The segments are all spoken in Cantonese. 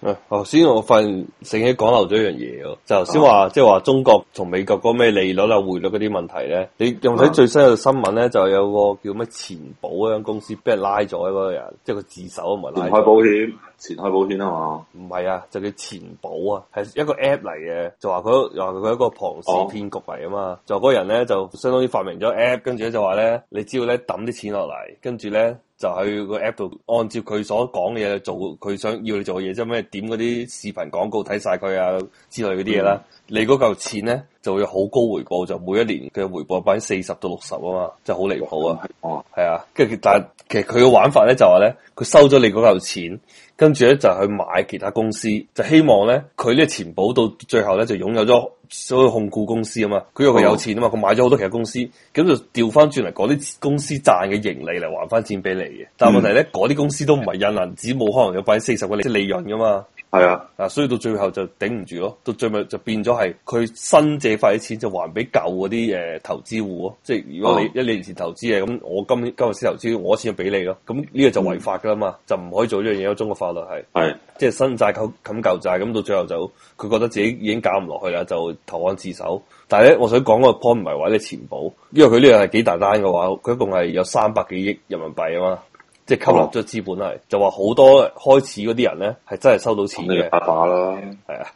啊頭先我發現醒起講漏咗一樣嘢咯，就頭啊先話即係話中國同美國嗰咩利率啊、匯率嗰啲問題咧，你有冇啊睇最新嘅新聞咧？就有個叫咩錢寶嗰間公司俾人拉咗嗰個人，即係佢自首啊，唔係拉前咗海保險，前海保險啊嘛，唔係啊，就叫錢寶啊，係一個 app 嚟嘅，就話佢又話佢一個龐氏哦騙局嚟啊嘛，就嗰個人咧就相當於發明咗 app，跟住咧就話咧，你只要咧抌啲錢落嚟，跟住咧就喺個 app 度按照佢所講嘅嘢做，佢想要你做嘅嘢，即係咩點嗰啲視頻廣告睇晒佢啊之類嗰啲嘢啦，你嗰嚿錢咧就會好高回報，就每一年嘅回報百分之四十到六十啊嘛，真係好離譜啊！哦，係啊，跟住但係其實佢嘅玩法咧就話咧，佢收咗你嗰嚿錢，跟住咧就去買其他公司，就希望咧佢呢個錢寶到最後咧就擁有咗所有控股公司啊嘛，佢因為佢有錢啊嘛，佢買咗好多其他公司，咁就調翻轉嚟嗰啲公司賺嘅盈利嚟還翻錢俾你嘅。但係問題咧，嗰啲公司都唔係印銀紙，冇可能有百分之四十嘅利利潤噶嘛。係啊，啊，所以到最後就頂唔住咯，到最尾就變咗係佢新借翻啲錢就還俾舊嗰啲誒投資戶咯，即係如果你哦一年前投資嘅，咁我今年今日先投資，我錢就俾你咯，咁呢個就違法噶啦嘛，就唔可以做呢樣嘢咯，中國法律係。係即係新債冚冚舊債，咁到最後就佢覺得自己已經搞唔落去啦，就投案自首。但係咧，我想講個 point 唔係話你錢保，因為佢呢樣係幾大單嘅話，佢一共係有三百幾億人民幣啊嘛，即係吸納咗資本係，就話好多開始嗰啲人咧係真係收到錢咁你嘅，打靶啦，係啊，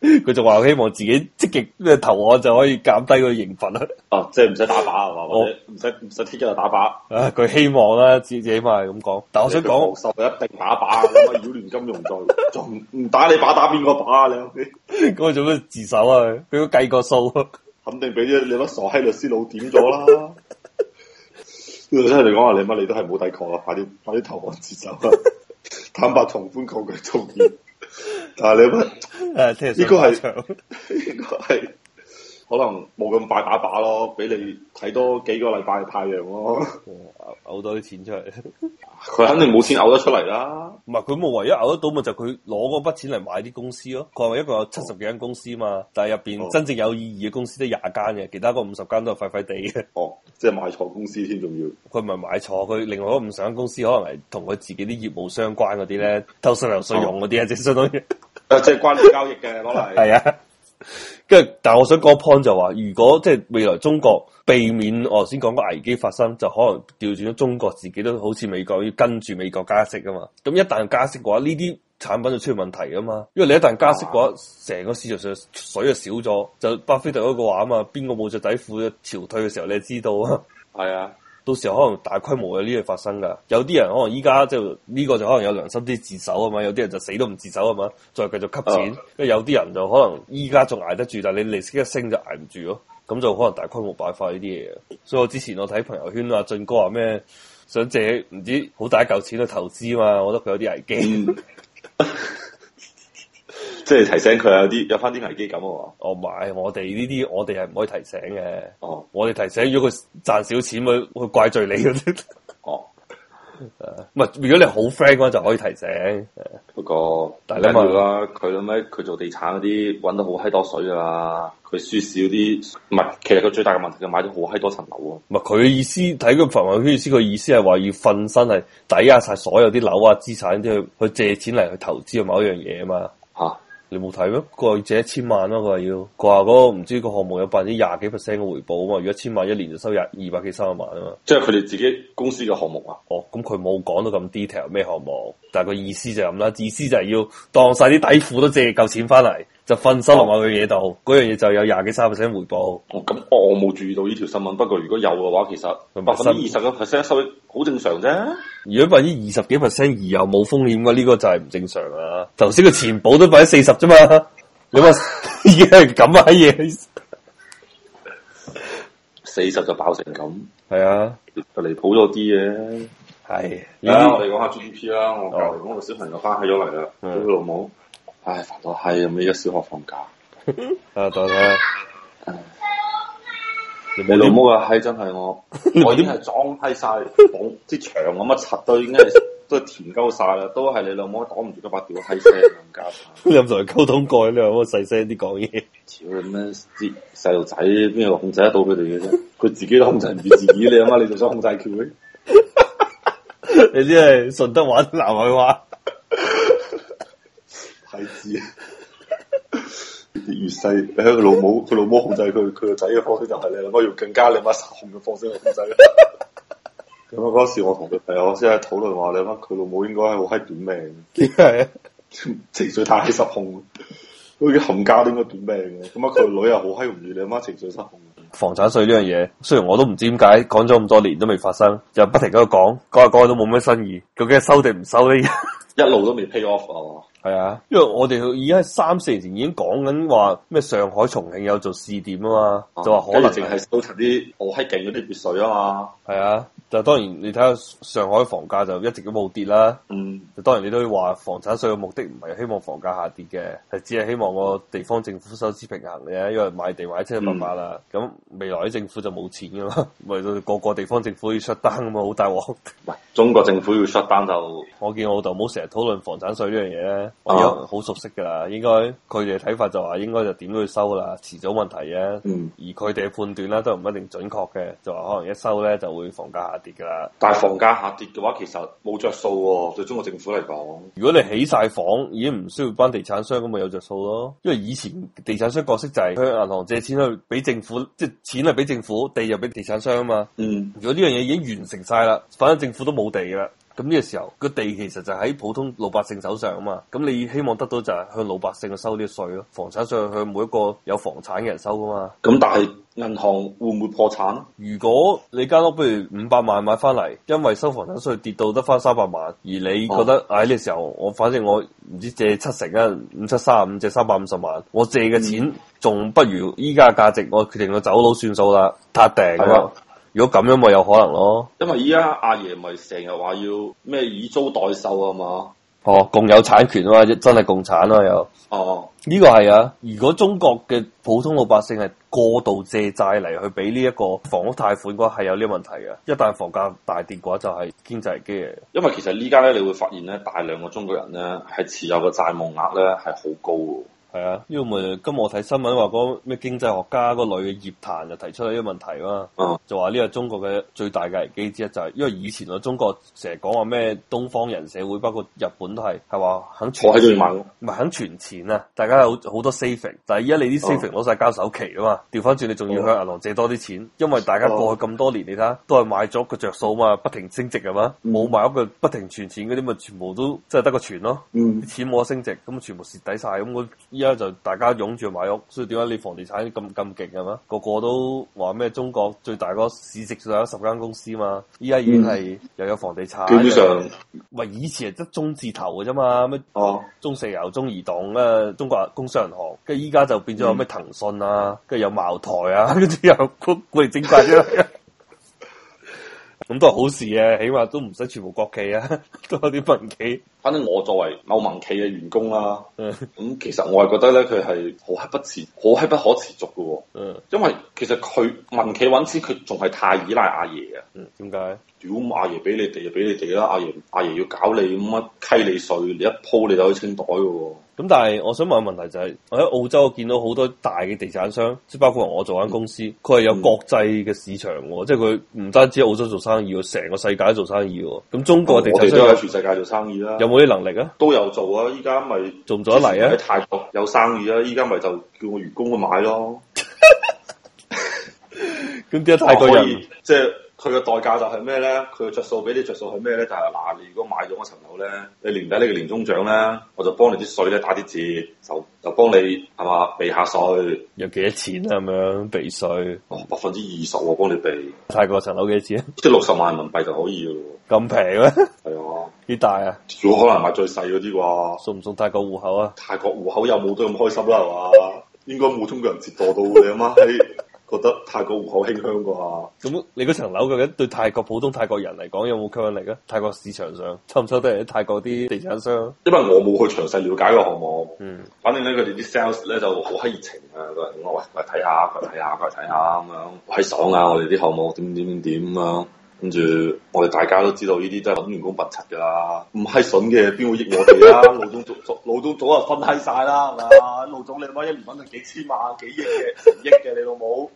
佢仲話希望自己積極咩投案就可以減低個刑罰啦。 哦，即係唔使打靶係嘛，或者唔使唔使聽日就打靶。啊，佢希望啦，自己嘛係咁講。但我想講。 受一定打靶，咁啊擾亂金融罪， 仲唔打你靶打邊個靶啊？你佢做咩自首啊？佢佢都計過數， 肯定俾咗你班傻閪律師佬點咗 啦！真係嚟講話你乜你都係冇抵抗啦，啊快啲快啲投案自首啦！ 坦白從寬，抗拒從嚴。但係你乜誒，啊聽日上呢個係法 場應該係可能冇咁快打靶咯，俾你睇多幾個禮拜嘅太陽咯。哇嘔多啲錢出嚟，佢肯定冇錢嘔得出嚟啦。唔係佢冇唯一嘔得到咪就係佢攞嗰筆錢嚟買啲公司咯。佢話一共有七十幾間公司嘛，但係入邊哦真正有意義嘅公司得廿間嘅，其他嗰五十間都係廢廢地嘅。 哦，即係買錯公司添，仲要。佢唔係買錯，佢另外嗰五十間公司可能係同佢自己啲業務相關嗰啲咧，偷稅漏稅用嗰啲啊，即係相當於。誒，即係關聯交易嘅攞 嚟。係啊。跟住，但係我想講 point 就話，如果即係未來中國避免我頭先講個危機發生，就可能調轉咗中國自己都好似美國要跟住美國加息噶嘛。咁一旦加息嘅話，呢啲產品就出現問題噶啊嘛。因為你一旦加息嘅話，成個市場上水就少咗。就巴菲特嗰個話啊嘛，邊個冇着底褲潮退嘅時候，你就知道啊。係啊。到時候可能大規模有呢樣發生噶，有啲人可能依家即係呢個就可能有良心啲自首啊嘛，有啲人就死都唔自首啊嘛，再繼續吸錢，啊因為有啲人就可能依家仲捱得住，但係你利息一升就捱唔住咯，咁就可能大規模擺發呢啲嘢嘅。所以我之前我睇朋友圈啊，俊哥話咩想借唔知好大一嚿錢去投資嘛，我覺得佢有啲危機。嗯，即係提醒佢有啲有翻啲危機感啊嘛。我買哦我哋呢啲，我哋係唔可以提醒嘅。哦我哋提醒，如果佢賺少錢，咪會怪罪你嗰啲。啊哦，唔係，如果你好 friend 嘅話，就可以提醒。不過大家大家咪要啦，佢諗咩？佢做地產嗰啲揾到好閪多水噶啦，佢輸少啲，唔係，其實佢最大嘅問題佢買咗好閪多層樓啊。唔係佢嘅意思，睇佢朋友圈意思，佢意思係話要瞓身，係抵押晒所有啲樓啊資產，都去去借錢嚟去投資某一樣嘢啊嘛。嚇，你冇睇咩？佢話要借一千萬咯、佢話要，佢話嗰個唔知個項目有百分之廿幾 percent 嘅回報啊嘛。如果一千萬一年就收廿二百幾三十萬啊嘛。即係佢哋自己公司嘅項目啊。哦，咁佢冇講到咁 detail 咩項目，但係個意思就係咁啦，意思就係要當晒啲底褲都借夠錢翻嚟，就瞓身落某樣嘢度，嗰樣嘢就有廿幾三十 percent 回報。哦咁我我冇注意到呢條新聞，不過如果有嘅話，其佢實咪百新分之二十嘅 percent 收益好正常啫。如果百分之二十幾 percent 而又冇風險嘅，呢、個就係唔正常啦。頭先個錢保都百分之四十啫嘛，你話已經係咁啊嘢，四十就爆成咁，係啊，嗯就離譜咗啲嘅。係呢啊，我啲哋講下 GDP 啦，我隔離嗰個小朋友翻起咗嚟啦，屌哦嗯佢老母，唉煩到閪咁，依家小學放假，啊，等下你你冇老啲母啊閪真 係我，我已經係裝閪晒，綁 啲牆咁乜柒都已經係都係填鳩晒啦，都係你老母擋唔住嗰把屌閪聲咁加法，你有冇同佢溝通過？你有冇細聲啲講嘢？ 屌你咩啲細路仔邊度控制得到佢哋嘅 啫？佢自己都控制唔住自己，你阿媽你仲想控制佢？你啲係順德話南海話，細緻。越細，喺佢老母，佢老母控制佢，佢個仔嘅方式就係你阿媽用更加你阿媽失控嘅方式去控制。 咁啊，嗰時我同佢朋友先喺討論話，你阿媽佢老母應該係好閪短命，點解啊？情緒太失控，佢啲冚家都應該短命嘅。咁啊，佢個女又好閪容易，你阿媽情緒失控。房產税呢樣嘢，雖然我都唔知點解講咗咁多年都未發生，又不停喺度講，講下講下都冇咩新意，究竟係收定唔收呢？一路都未 pay off 啊嘛，係啊，因為我哋已經喺三四年前已經講緊話咩上海、重慶有做試點啊嘛，就話可能跟住淨係收齊啲好閪勁嗰啲別墅啊嘛，係啊，就當然你睇下上海房價就一直都冇跌啦。嗯，就當然你都要話房產稅嘅目的唔係希望房價下跌嘅，係只係希望個地方政府收支平衡嘅，因為買地買車辦法啦。咁、未來啲政府就冇錢噶嘛，咪到個個地方政府要 shut down 咁啊，好大鑊。唔係中國政府要 shut down 就我見我老豆冇成日討論房產稅呢樣嘢咧，我而家好熟悉噶啦。應該佢哋嘅睇法就話應該就點都要收啦，遲早問題嘅。嗯，而佢哋嘅判斷咧都唔一定準確嘅，就話可能一收咧就會房價下跌噶啦。但係房價下跌嘅話，其實冇着數喎，對中國政府嚟講，如果你起晒房，已經唔需要班地產商咁咪有着數咯。因為以前地產商角色就係向銀行借錢去俾政府，即係錢係俾政府，地就俾地產商啊嘛。嗯，如果呢樣嘢已經完成晒啦，反正政府都冇地啦。咁呢個時候，個地其實就喺普通老百姓手上啊嘛。咁你希望得到就係向老百姓去收呢個稅咯，房產稅向每一個有房產嘅人收噶嘛。咁但係銀行會唔會破產？如果你間屋譬如五百萬買翻嚟，因為收房產稅跌到得翻三百萬，而你哦覺得唉呢、時候我反正我唔知借七成啊，五七三五借三百五十萬，我借嘅嗯錢仲不如依家嘅價值，我決定我走佬算數啦，撻定係啊啊！如果咁樣咪有可能咯，因為依家阿爺咪成日話要咩以租代售啊嘛，哦，共有產權啊嘛，真係共產咯、又。哦、呢個係啊！如果中國嘅普通老百姓係過度借債嚟去俾呢一個房屋貸款嘅話，係有呢個問題嘅。一旦房價大跌嘅話，就係經濟危機嚟嘅。因為其實依家咧，你會發現咧，大量嘅中國人咧係持有嘅債務額咧係好高嘅。係啊，因為咪今日我睇新聞話嗰咩經濟學家個女嘅葉檀就提出呢個問題嘛，嗯就話呢個中國嘅最大嘅危機之一就係、因為以前個中國成日講話咩東方人社會，包括日本都係係話肯存坐喺度要買屋唔係肯存錢啊，大家有好多 saving，但係依家你啲哦 saving 攞晒交首期啊嘛，調翻轉你仲要向銀行借多啲錢，因為大家哦過去咁多年，你睇下都係買咗個着數嘛，不停升值係嘛，冇買屋嘅不停存錢嗰啲咪全部都即係得個存咯。嗯啲錢冇得升值，咁全部蝕底晒。咁我依家就大家湧住去買屋，所以點解你房地產咁咁勁係嘛？個個都話咩中國最大嗰市值最大嗰十間公司嘛，依家已經係又有房地產，嗯基本上又有喂以前係得中字頭嘅啫嘛，咩哦，中石油、中移動啊、中國工商銀行，跟住依家就嗯變咗有咩騰訊啊，跟住有茅台啊， 跟住又古古靈精怪出嚟 啊。咁都係好事啊，起碼都唔使全部國企啊， 都有啲民企。反正我作為某民企嘅員工啦，嗯咁、其實我係覺得咧，佢係好閪不持，好閪不可持續嘅喎、嗯，因為其實佢民企揾錢，佢仲係太依賴阿爺嘅。啊嗯點解？屌，咁阿爺俾你哋就俾你哋啦，阿爺阿爺要搞你咁啊，溪你税，你一鋪你就可以清袋嘅喎、咁但係我想問個問題就係、我喺澳洲我見到好多大嘅地產商，即係包括我做間公司，佢係有國際嘅市場喎，即係佢唔單止喺澳洲做生意喎，成個世界都做生意喎。咁中國嘅地哦我產哋都商有喺全世界做生意啦，有冇啲能力啊？都有做啊！依家咪做唔做得嚟啊之前喺泰國有生意啊，依家咪就叫我員工去買咯。咁點解泰國可人以即係佢嘅代價就係咩咧？佢嘅着數俾你着數係咩咧？就係、嗱，你如果買咗我層樓咧，你年底你嘅年終獎咧，我就幫你啲稅咧打啲折，就就幫你係嘛避下稅，有幾多錢啊？咁樣避稅，哦百分之二十我幫你避，泰國層樓幾多錢？啊即係六十萬人民幣就可以咯。咁平咩？ 係啊，幾大啊？如果可能買最細嗰啲啩，送唔送泰國戶口啊？泰國户口又冇得咁開心啦，係嘛？應該冇中國人折墮到你阿媽閪覺得泰國户口馨香啩？咁你嗰層樓究竟對泰國普通泰國人嚟講有冇吸引力啊？泰國市場上抽唔抽得嚟泰國啲地產商？因為我冇去詳細了解個項目。嗯，反正咧，佢哋啲 sales 咧就好閪熱情啊！佢話我喂，過嚟睇下，過嚟睇下，過嚟睇下咁樣，好閪爽啊！我哋啲項目點點點點咁樣，跟住我哋大家都知道呢啲都係揾員工笨柒噶啦，唔閪筍嘅邊會益我哋啊？ 老總早早老總早就分閪晒啦，係嘛？老總你媽一年揾到幾千萬、幾億嘅、成億嘅，你老母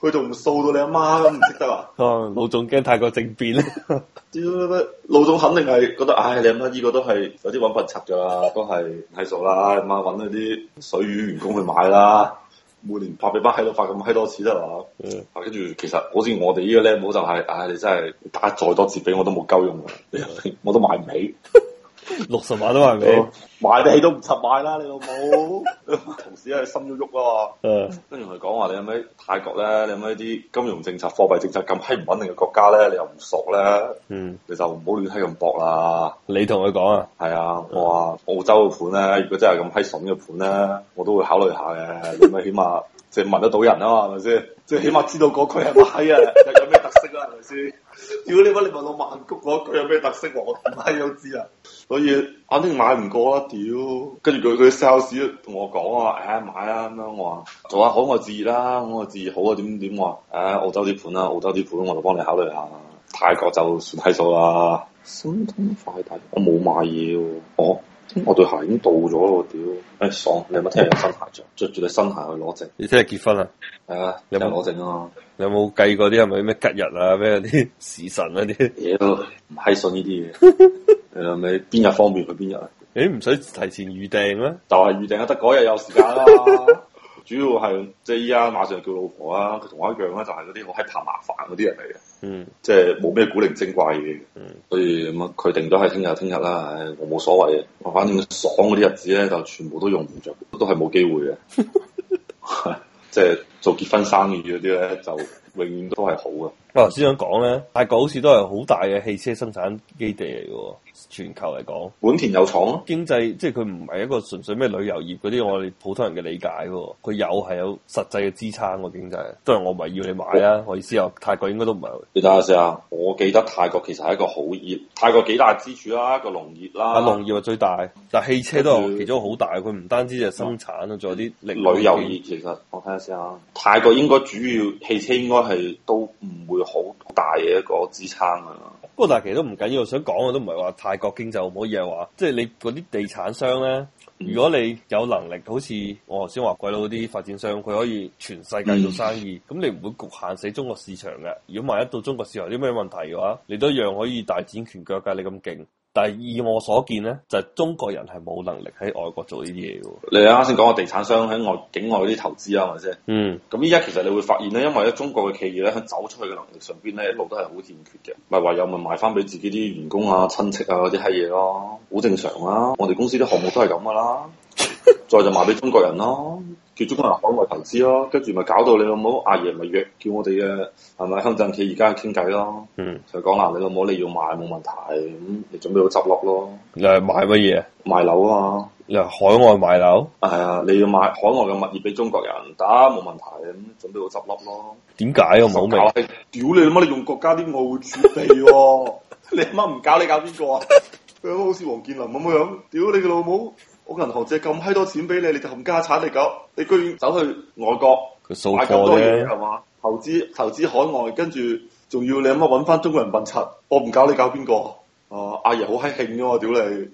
佢仲唔掃到你阿媽都唔識得啊！啊，老總驚太過政變咧，屌你媽老總肯定係覺得，唉，你阿媽呢個都係有啲揾笨柒㗎啦，都係唔係數啦，阿媽揾嗰啲水魚員工去買啦，每年拍俾班喺度發咁閪多錢啦係嘛？嗯啊，跟住其實好似我哋呢個 level 就係、唉、你真係打再多折俾我都冇鳩用㗎， 我都買唔起。六十萬都話你，買得起都唔柒買啦，你老母！ 同事喺度心喐喐啊，誒跟住佢講話你有咩泰國咧，你有咩啲金融政策、貨幣政策咁閪唔穩定嘅國家咧，你又唔熟咧，嗯，你就唔好亂閪咁搏啦。你同佢講啊，係啊，我話澳洲嘅盤咧，如果真係咁閪筍嘅盤咧，我都會考慮下嘅， 咁咪啊起碼即係問得到人啊嘛，係咪先？即係起碼知道嗰區係咪閪 啊，有有咩特色啦，係咪先？屌你媽！你問我曼谷嗰區有咩特色，我唔閪都知啊！所以肯定買唔過啊啦，屌！跟住佢佢 sales 同我講啊，誒、買啦咁樣，我話做下海外置業啦，咁我置業好啊點點，我話誒、澳洲啲盤啦，澳洲啲盤我就幫你考慮下，泰國就算閪數啦。心痛快大，我冇買嘢喎，我我對鞋已經到咗咯，屌！誒、哎爽，你有冇聽日有新鞋着？着住對新鞋去攞證，你聽日結婚啊？係啊，有有冇冇攞證啊？你有冇計過啲係咪咩吉日啊？咩啲時辰嗰啲？ 嘢都唔閪信呢啲嘢， 你諗你邊日方便去邊日啊？你唔使提前預訂咩？就係預定得嗰日有時間啦。 主要係即係依家馬上叫老婆啊，佢同我一樣啦，就係嗰啲好閪怕麻煩嗰啲人嚟嘅，嗯，即係冇咩古靈精怪嘢嘅嗯。所以咁啊，佢定咗係聽日，聽日啦，唉，我冇所謂嘅。我反正爽嗰啲日子咧，就全部都用唔着，都係冇機會嘅。 即係做結婚生意嗰啲咧，就永遠都係好嘅。我頭先想講咧，泰國好似都係好大嘅汽車生產基地嚟嘅喎，全球嚟講。本田有廠咯，經濟即係佢唔係一個純粹咩旅遊業嗰啲，我哋普通人嘅理解喎。佢有係有實際嘅支撐喎，經濟。當然我唔係要你買啦，我意思係泰國應該都唔係。你睇下先哦啊！我記得泰國其實係一個好業，泰國幾大支柱啦，個農業啦，啊，農業係最大，但係汽車都跟係住其中好大。佢唔單止係生產啊，仲有啲零旅遊業其實我睇下先啊，泰國應該主要汽車應該係都唔會好大嘅一個支撐啊。不過但係其實都唔緊要，想講嘅都唔係話泰國經濟好唔好，而係話即係你嗰啲地產商咧，嗯如果你有能力，好似我頭先話鬼佬嗰啲發展商，佢可以全世界做生意，咁、你唔會局限死中國市場嘅。如果萬一到中國市場有啲咩問題嘅話，你都一樣可以大展拳腳㗎。你咁勁，但係以我所見咧，就係、中國人係冇能力喺外國做呢啲嘢嘅喎。你啱先講個地產商喺外境外嗰啲投資啊，係咪先？嗯，咁依家其實你會發現咧，因為咧中國嘅企業咧喺走出去嘅能力上邊咧，一路都係好欠缺嘅，咪唯有咪賣翻俾自己啲員工啊、親戚啊嗰啲閪嘢咯，好正常啦、我哋公司啲項目都係咁噶啦，再就賣俾中國人咯、叫中國人海外投資咯、跟住咪搞到你老母阿爺咪約叫我哋嘅係咪鄉鎮企業家去傾偈咯，嗯，就講啦，你老母你要賣冇問題，咁你準備好執笠咯，你係買乜嘢？賣樓啊嘛。你係海外買樓？係啊，你要買海外嘅物業俾中國人，得冇問題，咁準備好執笠咯。點解我冇明？搞係屌你乜？你用國家啲外匯儲備喎、 你阿媽唔搞你搞邊個啊？佢好似王健林咁樣，屌你個老母！我銀行借咁閪多錢俾你，你就冚家產嚟搞，你居然走去外國佢掃買貨咁多嘢啫。係嘛？投資投資海外，跟住仲要你阿媽揾翻中國人笨柒，我唔搞你搞邊個啊？啊阿爺好閪興㗎嘛，屌你！